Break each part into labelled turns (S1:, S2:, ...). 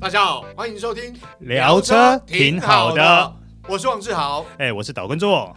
S1: 大家好，欢迎收听
S2: 聊车挺好的，，
S1: 我是王志豪。
S2: 哎、我是岛根
S1: 哦
S2: 座。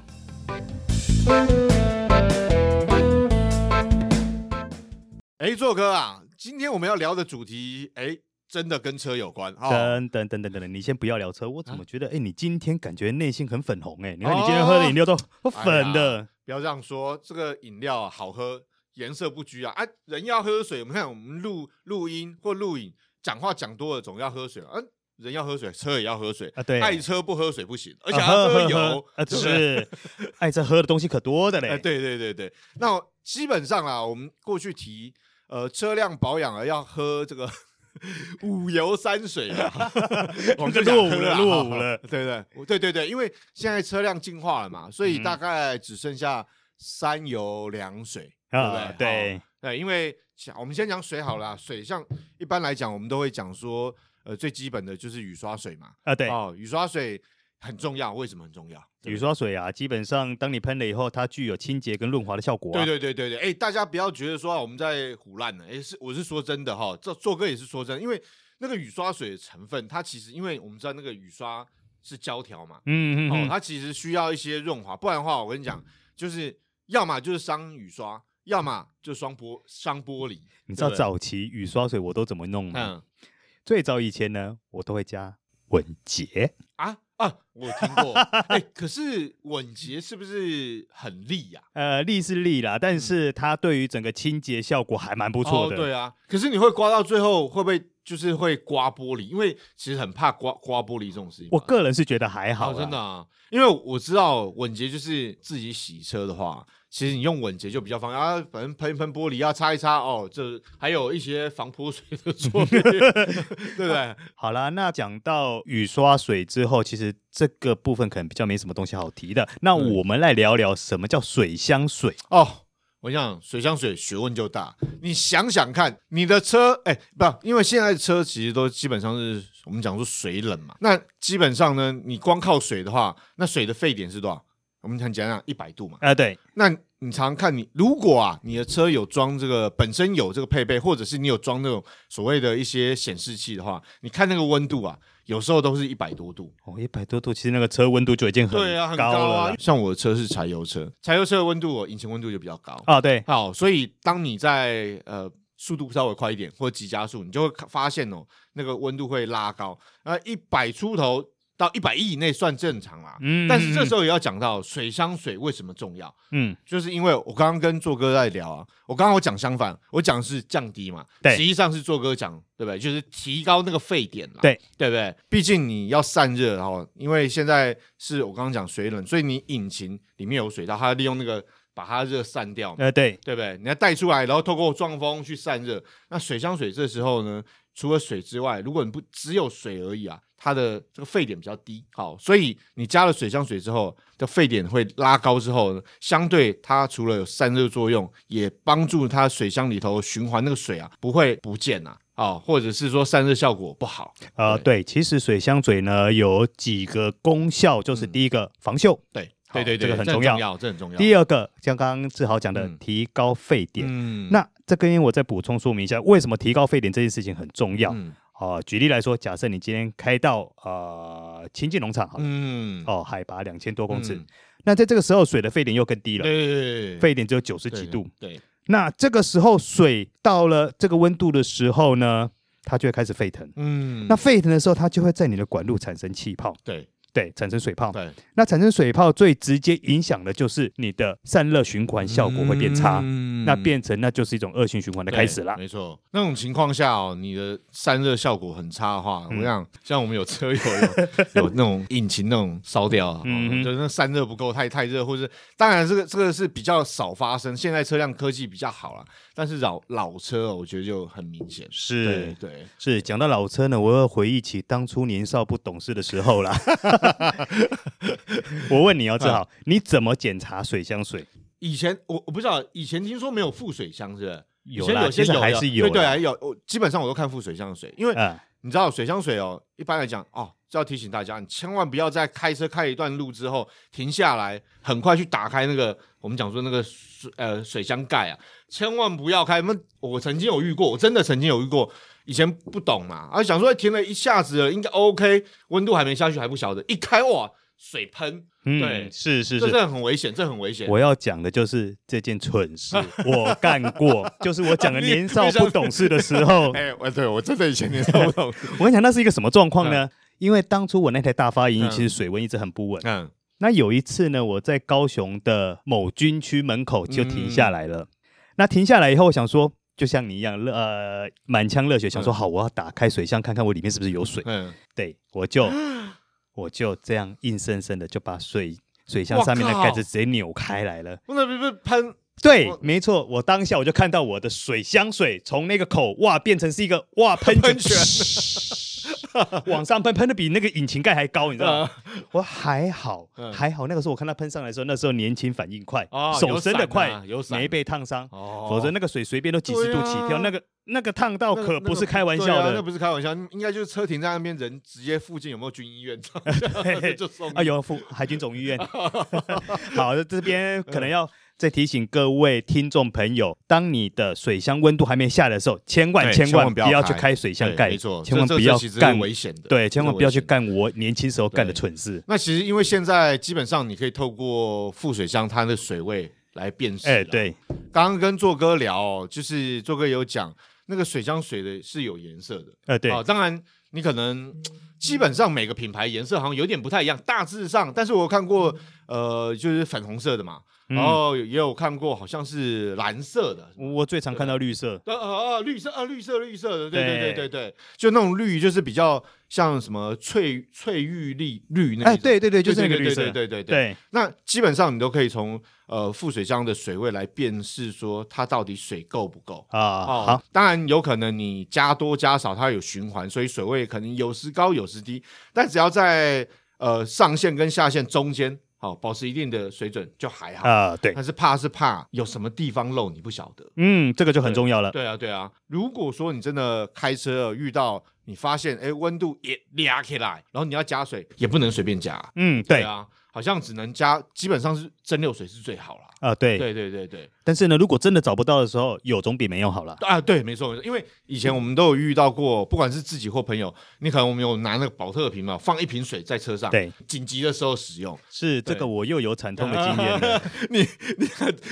S1: 哎，做哥啊，今天我们要聊的主题，哎，真的跟车有关哦。
S2: 等等等等等等，你先不要聊车，我怎么觉得哎、你今天感觉内心很粉红哎、你看你今天喝的饮料都
S1: 哎
S2: 都粉的，
S1: 不要这样说，这个饮料啊好喝，颜色不拘啊啊，人要喝水。我们看我们录录音或录影，讲话讲多了总要喝水啊，人要喝水，车也要喝水
S2: 啊对
S1: 爱车不喝水不行，而
S2: 而
S1: 且还要喝油，
S2: 啊
S1: 对不对
S2: 是，哎这喝的东西可多的
S1: 哎、
S2: 嘞，
S1: 对对对对，那我基本上啦，我们过去提呃车辆保养啊，要喝这个五油三水 啊，我们就
S2: 哦落
S1: 讲
S2: 伍
S1: 喝
S2: 了
S1: 啦
S2: 落伍了
S1: 对对我对对对，因为现在车辆进化了嘛，所
S2: 嗯
S1: 以大概只剩下三油两水，对
S2: 啊
S1: 不哦对？
S2: 对，
S1: 对，因为像我们先讲水好了啊、水像一般来讲，我们都会讲说，呃，最基本的就是雨刷水嘛，
S2: 啊对，
S1: 哦，雨刷水很重要，为什么很重要？
S2: 雨刷水啊，基本上当你喷了以后，它具有清洁跟润滑的效果、啊，
S1: 对对对对对，哎、大家不要觉得说啊我们在胡乱呢，哎、是我是说真的哈，这做哥也是说真的因为那个雨刷水的成分，它其实因为我们知道那个雨刷是胶条嘛，
S2: 嗯嗯
S1: 哦，
S2: 嗯，
S1: 它其实需要一些润滑，不然的话，我跟你讲，就是要么就是伤雨刷，要么就双玻伤玻璃，
S2: 你知道
S1: 对不对
S2: 早期雨刷水我都怎么弄吗？
S1: 嗯
S2: 最早以前呢，我都会加稳洁，
S1: 啊啊，我有听过，哎、可是稳洁是不是很利呀、
S2: 呃，力是力啦，但是它对于整个清洁效果还蛮不
S1: 不
S2: 错的。
S1: 哦，对啊。可是你会刮到最后，会不会就是会刮玻璃？因为其实很怕刮刮玻璃这种事情嘛。
S2: 我个人是觉得还好
S1: 哦
S2: 啦、
S1: 真的啊，因为我知道稳洁就是自己洗车的话，其实你用稳洁就比较方便啊，反正喷一喷玻璃啊，擦一擦哦，这还有一些防泼水的作用， 对不对？
S2: 好啦，那讲到雨刷水之后，其实这个部分可能比较没什么东西好提的。那
S1: 对
S2: 我们来聊聊什么叫水箱水。
S1: 哦，我想水箱水学问就大，你想想看，你的车，哎、不，因为现在的车其实都基本上是我们讲说水冷嘛，那基本上呢，你光靠水的话，那水的沸点是多少？我们讲讲讲一百度嘛，
S2: 啊、对，
S1: 那你常看你，如果啊，你的车有装这个本身有这个配备，或者是你有装那种所谓的一些显示器的话，你看那个温度啊，有时候都是一百多度。
S2: 哦，一百多度，其实那个车温度就已经啊
S1: 啊
S2: 很高了啦。
S1: 像我的车是柴油车，柴油车的温度、哦，引擎温度就比较高。
S2: 啊，对，
S1: 好，所以当你在呃速度稍微快一点或急加速，你就会看发现哦，那个温度会拉高，呃，一百出头到一百一以内算正常啦。
S2: 嗯
S1: 但是这时候也要讲到水箱水为什么重要。
S2: 嗯，
S1: 就是因为我刚刚跟做哥在聊啊，我刚刚我讲相反，我讲是降低嘛，
S2: 对
S1: 实际上是做哥讲，对不对？就是提高那个沸点啦，
S2: 对
S1: 对不对？毕竟你要散热哦，因为现在是我刚刚讲水冷，所以你引擎里面有水道，它利用那个把它热散掉嘛，
S2: 呃，对，
S1: 对不对？你要带出来，然后透过撞风去散热。那水箱水这时候呢，除了水之外，如果你不只有水而已啊，它的这个沸点比较低，好，所以你加了水箱水之后，这沸点会拉高之后呢，相对它除了有散热作用，也帮助它水箱里头循环那个水啊不会不见啊。哦，或者是说散热效果不好，
S2: 呃，对，其实水箱水呢有几个功效，就是
S1: 嗯
S2: 第一个防锈，
S1: 对
S2: 好
S1: 对对
S2: 这
S1: 对，
S2: 个很
S1: 这
S2: 重
S1: 重
S2: 要
S1: 要，这很重要。
S2: 第二个像刚刚志豪讲的，
S1: 嗯
S2: 提高沸点。
S1: 嗯
S2: 那这跟我再补充说明一下，为什么提高沸点这件事情很重要？
S1: 嗯
S2: 哦，举例来说，假设你今天开到呃亲近农场好了，
S1: 嗯，
S2: 哦，海拔两千多公尺，
S1: 嗯
S2: 那在这个时候水的沸点又更
S1: 对
S2: 低了，
S1: 对对对，
S2: 沸点只有九十
S1: 对
S2: 几度。，
S1: 对，对
S2: 那这个时候水到了这个温度的时候呢，它就会开始沸腾。
S1: 嗯，
S2: 那沸腾的时候，它就会在你的管路产生气泡，
S1: 对
S2: 对，产生水泡。
S1: 对，
S2: 那产生水泡最直接影响的就是你的散热循环效果会变差，
S1: 嗯
S2: 那变成那就是一种恶性循环的
S1: 对
S2: 开始啦。
S1: 没错，那种情况下哦，你的散热效果很差的话，
S2: 嗯
S1: 我想像我们有车友 有有那种引擎那种烧掉啊，
S2: 嗯哼
S1: 就是那散热不够，太太热，或者是当然这个这个是比较少发生，现在车辆科技比较好了，但是老老车哦我觉得就很明显。对
S2: 是
S1: 对，
S2: 是，讲到老车呢，我又回忆起当初年少不懂事的时候啦。 我问你哦，志豪，
S1: 嗯
S2: 你怎么检查水箱水？
S1: 以前我我不知道，以前听说没有副水箱是不是？以
S2: 有
S1: 前
S2: 啦
S1: 有些
S2: 其实
S1: 有的啊
S2: 还是有
S1: 对对
S2: 啦
S1: 还有，我基本上我都看副水箱的水，因为
S2: 啊，
S1: 你知道水箱水哦，一般来讲哦，是要提醒大家，你千万不要在开车开一段路之后停下来，很快去打开那个我们讲说那个水呃水箱盖啊，千万不要开。那我曾经有遇过，我真的曾经有遇过，以前啊不懂嘛，啊想说停了一下子了，应该 OK，温度还没下去还不晓得，一开哇水喷，对
S2: 嗯，是是
S1: 这
S2: 是
S1: 真，的很危险，这很危险。
S2: 我要讲的就是这件 蠢事，我干过，就是我讲的年少不懂事的时候。
S1: 哎、我对我真的以前年少不懂事，
S2: 我跟你讲，那是一个什么状况呢？因为当初我那台大发营，
S1: 嗯
S2: 其实水温一直很不稳。
S1: 嗯
S2: 那有一次呢，我在高雄的某军区门口就停下来了。那停下来以后，我想说，就像你一样，热呃，满腔热血，想说好，我要打开水箱看看我里面是不是 有水。
S1: 嗯，
S2: 对，我就我就这样硬生生的就把水水箱
S1: 哇
S2: 上面的
S1: 靠
S2: 盖子直接扭开来了。
S1: 那不是喷
S2: 对
S1: 我，
S2: 没错，我当下我就看到我的水箱水从那个口哇变成是一个哇喷
S1: 喷
S2: 泉， 往上喷，喷的比那个引擎盖还高，你知道吗？我还好
S1: 嗯，
S2: 还好，那个时候我看它喷上来的时候，那时候年轻反应快
S1: 哦，
S2: 手伸的
S1: 有闪
S2: 快
S1: 啊有，闪
S2: 没被烫伤，
S1: 哦
S2: 否则那个水随便都几十度起
S1: 对
S2: 跳，
S1: 啊
S2: 那个那个烫到
S1: 那
S2: 哦可
S1: 那
S2: 不
S1: 个
S2: 是开玩笑
S1: 对啊那
S2: 的
S1: 不是开玩笑，应该就是车停在那边，人直接附近有没有军医院，
S2: 对
S1: 就送。
S2: 啊！有附海军总 医院。好，这边可能
S1: 嗯
S2: 要再提醒各位听众朋友，当你的水箱温度还没下的时候，千万
S1: 对
S2: 千
S1: 千
S2: 万
S1: 万不
S2: 不
S1: 要
S2: 要去
S1: 开
S2: 开水箱
S1: 对
S2: 盖，
S1: 没错，
S2: 千万
S1: 这
S2: 不
S1: 这
S2: 要
S1: 其实是
S2: 干
S1: 危险的，
S2: 对，千万不要去
S1: 这是危险的。
S2: 干我年轻时候干的蠢事。
S1: 那其实因为现在基本上你可以透过副水箱它的水位来辨识。
S2: 哎，，对，
S1: 刚刚跟做哥聊哦，就是做哥有讲那个水箱水的是有颜色的，
S2: 呃，对
S1: 哦，，当然你可能基本上每个品牌颜色好像有点不太一样，大致上，但是我有看过呃就是粉红色的嘛，然
S2: 嗯，
S1: 后也有看过好像是蓝色的，
S2: 我最常看到绿色，
S1: 呃呃呃，绿色呃绿色绿色的，对对
S2: 对
S1: 对对对，就那种绿，就是比较像什么翠翠玉绿绿那一种。
S2: 哎，对对
S1: 对，
S2: 对，就是那个
S1: 对
S2: 绿色，
S1: 对对对对。
S2: 对，
S1: 那基本上你都可以从呃副水箱的水位来辨识说它到底水够不够。
S2: 啊，
S1: 哦，
S2: 好，
S1: 当然有可能你加多加少，它有循环，所以水位可能有时高有时低，但只要在呃上限跟下限中间，好、保持一定的水准就还好。
S2: 啊，对，
S1: 但是怕是怕有什么地方漏你不晓得。
S2: 嗯，这个就很重要了。
S1: 对啊，对啊。如果说你真的开车遇到你发现哎温度也拉起来，然后你要加水，也不能随便加。
S2: 嗯，对，
S1: 啊，好像只能加，基本上是蒸馏水是最好啦。
S2: 啊，对，
S1: 对对对对，
S2: 但是呢，如果真的找不到的时候，有总比没有好了。
S1: 啊对，没错没错，因为以前我们都有遇到过，不管是自己或朋友，你可能我们有拿那个保特瓶嘛，放一瓶水在车上，
S2: 对，
S1: 紧急的时候使用。
S2: 是这
S1: 对
S2: 个，我又有惨痛的经验了，
S1: 你你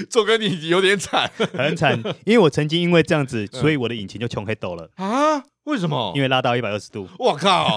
S1: 周哥你有点惨
S2: 很惨，因为我曾经因为这样
S1: 嗯
S2: 子，所以我的引擎就穷黑斗了，
S1: 啊？为什么？
S2: 因为拉到一百二十度，
S1: 我靠！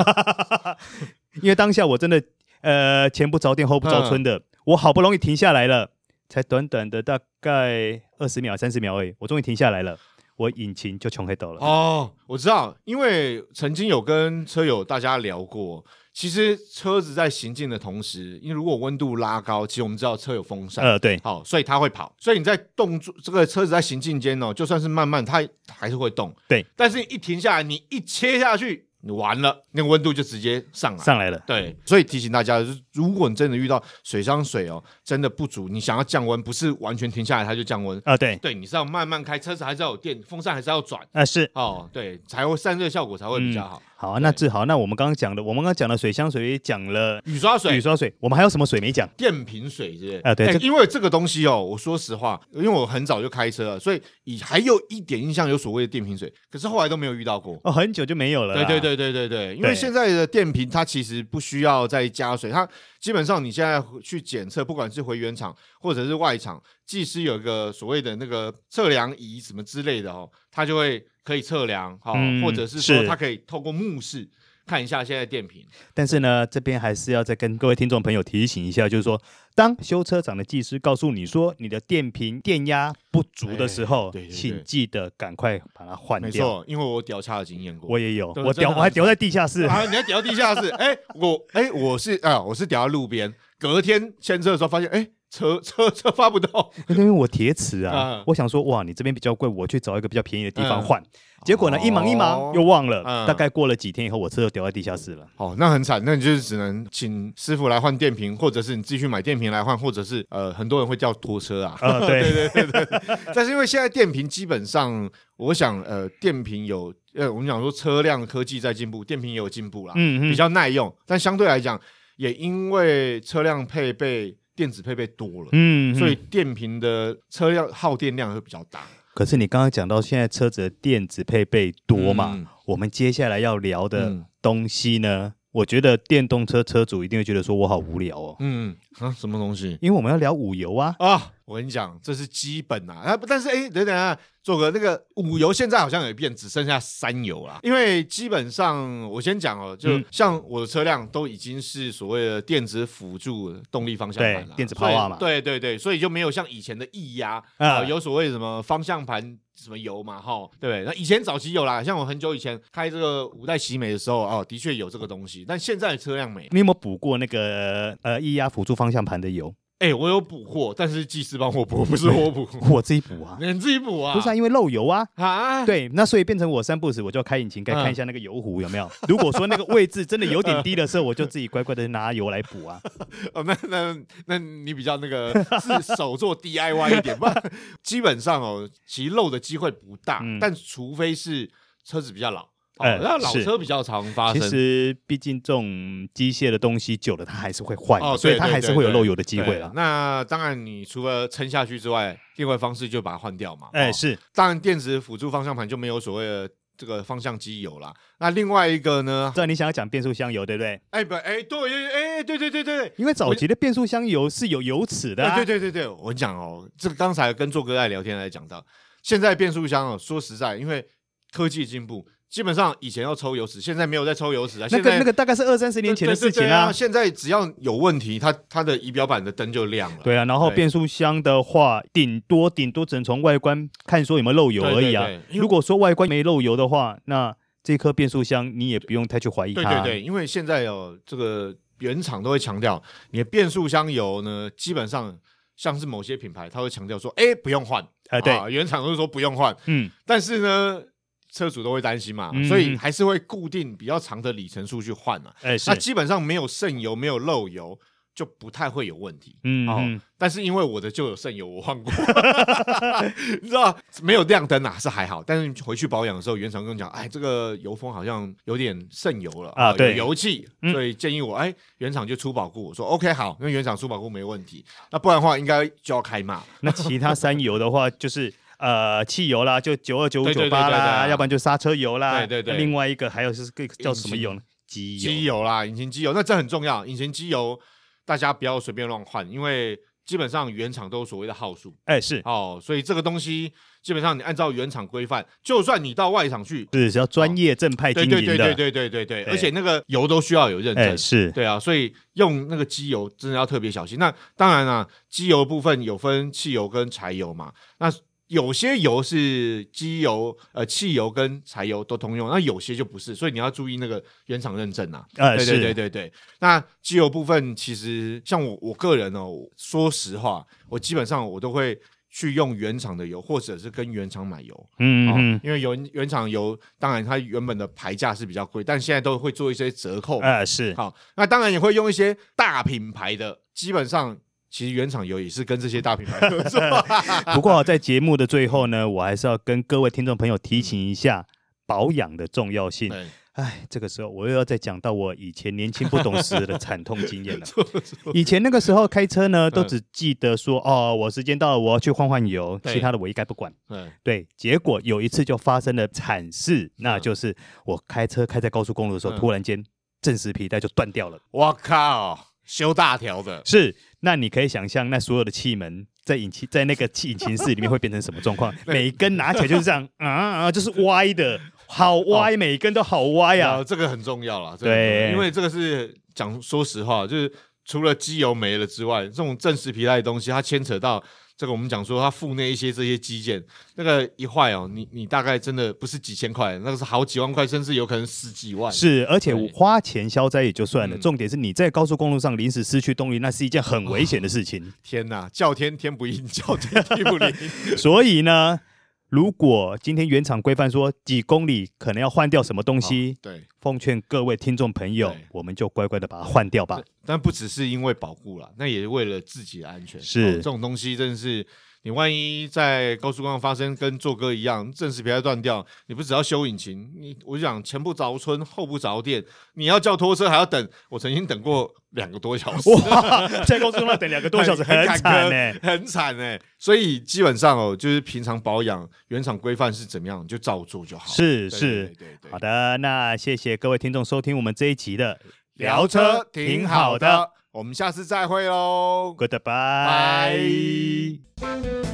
S2: 因为当下我真的呃前不着店后不着村
S1: 嗯
S2: 的，我好不容易停下来了，才短短的大概二十秒三十秒而已，我终于停下来了，我引擎就穷黑斗了。
S1: 哦，我知道，因为曾经有跟车友大家聊过，其实车子在行进的同时，因为如果温度拉高，其实我们知道车有风扇。
S2: 呃，对，
S1: 好，所以它会跑，所以你在动作，这个车子在行进间哦，就算是慢慢，它还是会动。
S2: 对，
S1: 但是一停下来，你一切下去，你完了，那个温度就直接上来。
S2: 上来了，
S1: 对，所以提醒大家，就是如果你真的遇到水箱水哦，真的不足，你想要降温，不是完全停下来它就降温，
S2: 啊、对，
S1: 对，你是要慢慢开，车子还是要有电，风扇还是要转。
S2: 啊、是。
S1: 哦，对，才会散热效果才会比较好。
S2: 好啊，那志豪，那我们刚刚讲的，我们刚刚讲的水箱水也讲了，
S1: 雨刷水、
S2: 雨刷水，我们还有什么水没讲？
S1: 电瓶水之类的
S2: 啊对
S1: 哎
S2: 这
S1: 因为这个东西哦，我说实话，因为我很早就开车了，所以以还有一点印象有所谓的电瓶水，可是后来都没有遇到过。
S2: 哦，很久就没有了。
S1: 对对，对对对对，因为
S2: 对
S1: 现在的电瓶它其实不需要再加水，它基本上你现在去检测，不管是回原厂或者是外厂，技师有一个所谓的那个测量仪什么之类的哦，它就会可以测量哈、哦
S2: 嗯
S1: 或者是说
S2: 是
S1: 它可以透过目视看一下现在电瓶。
S2: 但是呢，这边还是要再跟各位听众朋友提醒一下，就是说，当修车厂的技师告诉你说你的电瓶电压不足的时候，
S1: 哎对对对
S2: 请记得赶快把它换
S1: 没
S2: 掉。
S1: 错，因为我有屌叉的经验过。
S2: 我也有，
S1: 对
S2: 我
S1: 真的
S2: 屌，
S1: 很
S2: 我还屌在地下室。
S1: 啊，你要屌到地下室，哎、我哎、我是啊，我是屌到路边，隔天牵车的时候发现，哎、车车车发不动，
S2: 因为我铁齿啊
S1: 嗯，
S2: 我想说哇，你这边比较贵，我去找一个比较便宜的地方
S1: 嗯
S2: 换。结果呢，一忙一忙
S1: 哦
S2: 又忘了，
S1: 嗯
S2: 大概过了几天以后，我车就掉在地下 室了。
S1: 哦，那很惨，那你就是只能请师傅来换电瓶，或者是你自己去买电瓶来换，或者是呃，很多人会叫拖车啊。
S2: 啊，对，
S1: 对对对对，但是因为现在电瓶基本上，我想呃，电瓶有呃，我们讲说车辆科技在进步，电瓶也有进步啦，
S2: 嗯
S1: 比
S2: 嗯，
S1: 较耐用，但相对来讲，也因为车辆配备电子配备多了，
S2: 嗯，嗯
S1: 所以电瓶的车辆耗电量会比较大。
S2: 可是你刚刚讲到现在车子的电子配备多嘛，
S1: 嗯
S2: 我们接下来要聊的
S1: 嗯
S2: 东西呢，我觉得电动车车主一定会觉得说我好无聊哦，
S1: 嗯啊，什么东西？
S2: 因为我们要聊五油啊。
S1: 啊，我跟你讲，这是基本啊。啊，不但是哎，等等啊，做个那个五油，现在好像也变只剩下三油啦。因为基本上我先讲哦，就
S2: 嗯
S1: 像我的车辆都已经是所谓的电子辅助动力方向
S2: 对
S1: 盘了，
S2: 电子
S1: 所以
S2: power 嘛
S1: 对对对，所以就没有像以前的液压
S2: 啊
S1: 啊，有所谓什么方向盘。什么油嘛，哈，对不对？那以前早期有啦，像我很久以前开这个五代喜美的时候，哦，的确有这个东西，但现在的车辆没。
S2: 你有没有补过那个呃液压辅助方向盘的油？
S1: 哎、我有补货，但是技师帮我补，不是我补，
S2: 我自己补啊，
S1: 你自己补啊？
S2: 不是啊，因为漏油啊。
S1: 嗯啊，
S2: 对，那所以变成我三不时我就要开引擎盖
S1: 嗯
S2: 看一下那个油壶有没有。 如果说那个位置真的有点低的时候，我就自己乖乖的拿油来补 啊。
S1: 哦，那那那你比较那个是手做 DIY 一点吧。不然基本上哦，其实漏的机会不大，
S2: 嗯
S1: 但除非是车子比较老，哦，
S2: 哎
S1: 那老
S2: 是
S1: 车比较常发
S2: 其
S1: 生。
S2: 实毕竟这种机械的东西久了它还是会坏嘛，
S1: 哦
S2: 所以
S1: 对
S2: 它
S1: 对
S2: 还是
S1: 对
S2: 会有
S1: 对
S2: 漏油的机会
S1: 对
S2: 啦。
S1: 那当然，你除了撑下去之外，另外方式就把它换掉嘛。
S2: 哎，
S1: 哦
S2: 是
S1: 当然电子辅助方向盘就没有所谓的这个方向机油啦。那另外一个呢？
S2: 知道你想要讲变速箱油，对不对？
S1: 哎不，哎对，哎对对对对对。
S2: 因为早期的变速箱油是有油尺的、啊
S1: 哎对对对对，我讲哦，这个刚才跟做哥在聊天才讲到，现在变速箱哦，说实在，因为科技进步，基本上以前要抽油尺，现在没有在抽油尺啊。
S2: 那
S1: 现
S2: 个
S1: 在
S2: 那个大概是二三十年前的事情
S1: 对对对
S2: 啦、
S1: 啊，现在只要有问题，它它的仪表板的灯就亮了。
S2: 对啊，然后
S1: 对
S2: 变速箱的话，顶多顶多只能从外观看说有没有漏油而已啊。
S1: 对对对因为
S2: 如果说外观没漏油的话，那这颗变速箱你也不用太去怀疑它。
S1: 对对对，因为现在哦，这个原厂都会强调，你的变速箱油呢，基本上像是某些品牌，它会强调说，哎，不用换。
S2: 啊对
S1: 啊，原厂都是说不用换，
S2: 嗯，
S1: 但是呢，车主都会担心嘛，
S2: 嗯
S1: 所以还是会固定比较长的里程数去换啊。
S2: 哎是
S1: 那，基本上没有渗油，没有漏油，就不太会有问题。
S2: 嗯
S1: 哦
S2: 嗯，
S1: 但是因为我的就有渗油，我换过， 你知道没有亮灯啊，是还好。但是你回去保养的时候，原厂跟我讲，哎，这个油封好像有点渗油了哦
S2: 啊
S1: 有
S2: 对
S1: 油气，
S2: 嗯
S1: 所以建议我，哎，原厂就出保固。我说 OK 好，那原厂出保固没问题。那不然的话，应该就要开骂。
S2: 那其他三油的话就是。呃，汽油啦，就九二九五
S1: 对对
S2: 九
S1: 对
S2: 八
S1: 对对
S2: 啦，
S1: 啊
S2: 要不然就刹车油啦。
S1: 对对对
S2: 那另外一个还有是个叫什么油呢？机油。
S1: 机油啦，引擎机油，那这很重要。引擎机油大家不要随便乱换，因为基本上原厂都有所谓的号数
S2: 哎是
S1: 哦，所以这个东西基本上你按照原厂规范，就算你到外厂去，
S2: 是是要专业正派经
S1: 对
S2: 营的。
S1: 哦对对对对对对对，
S2: 对
S1: 而且那个油都需要有认
S2: 哎、
S1: 证。
S2: 是，
S1: 对啊，所以用那个机油真的要特别小心。那当然啦、机油部分有分汽油跟柴油嘛。那有些油是机油、呃汽油跟柴油都通用，那有些就不是，所以你要注意那个原厂认证啊。
S2: 呃，
S1: 对
S2: 是，
S1: 对对对对。那机油部分，其实像我我个人哦，说实话，我基本上我都会去用原厂的油，或者是跟原厂买油。哦
S2: 嗯嗯，
S1: 因为原原厂油，当然它原本的牌价是比较贵，但现在都会做一些折扣。
S2: 呃，是，
S1: 好，那当然也会用一些大品牌的，基本上其实原厂油也是跟这些大品牌合作。
S2: 不过哦在节目的最后呢，我还是要跟各位听众朋友提醒一下保养的重要性。
S1: 对
S2: 哎，这个时候我又要再讲到我以前年轻不懂事的惨痛 经验了。
S1: 嗯
S2: 以前那个时候开车呢，都只记得说哦，我时间到了，我要去换换油，
S1: 对
S2: 其他的我一概不管。
S1: 对，
S2: 对，结果有一次就发生了惨事，那就是我开车开在高速公路的时候，
S1: 嗯
S2: 突然间正时皮带就断掉了。
S1: 我靠，修大条的，
S2: 是，那你可以想象，那所有的气门在引擎在那个气引擎室里面会变成什么状 况？每一根拿起来就是这样啊啊，就是歪的，好歪，每一根都好歪
S1: 啊
S2: 啊。
S1: 这个很重要啦。这个
S2: 对
S1: 很重要因为这个是讲说实话，就是除了机油没了之外，这种正时皮带的东西，它牵扯到这个我们讲说它附内一些这些机件，那个一坏哦，你你大概真的不是几千块，那个是好几万块，甚至有可能十几万。
S2: 是，而且
S1: 对
S2: 花钱消灾也就算了，
S1: 嗯
S2: 重点是你在高速公路上临时失去动力，那是一件很危险的 事情。
S1: 天哪，叫天天不应，叫地地不灵。
S2: 所以呢，如果今天原厂规范说几公里可能要换掉什么东西，
S1: 对，
S2: 奉劝各位听众朋友
S1: 哦对，
S2: 我们就乖乖的把它换掉吧。
S1: 但不只是因为保护啦，那也是为了自己的安全。
S2: 是
S1: 哦这种东西，真的是你万一在高速公路上发生跟做哥一样，正时皮带断掉，你不只要修引擎，你我就讲前不着村后不着店，你要叫拖车还要等。我曾经等过两个多小时，
S2: 哇，在高速公路上等两个多 小时很
S1: 坎
S2: 惨欸
S1: 坷
S2: 呢、
S1: 很惨哎、所以基本上哦，就是平常保养，原厂规范是怎么样，你就照做就好。
S2: 是
S1: 对
S2: 是
S1: 对对对对
S2: 好的，那谢谢各位听众收听我们这一集的
S1: 聊车挺好的，我们下次再会喽，
S2: ，Goodbye。
S1: 拜。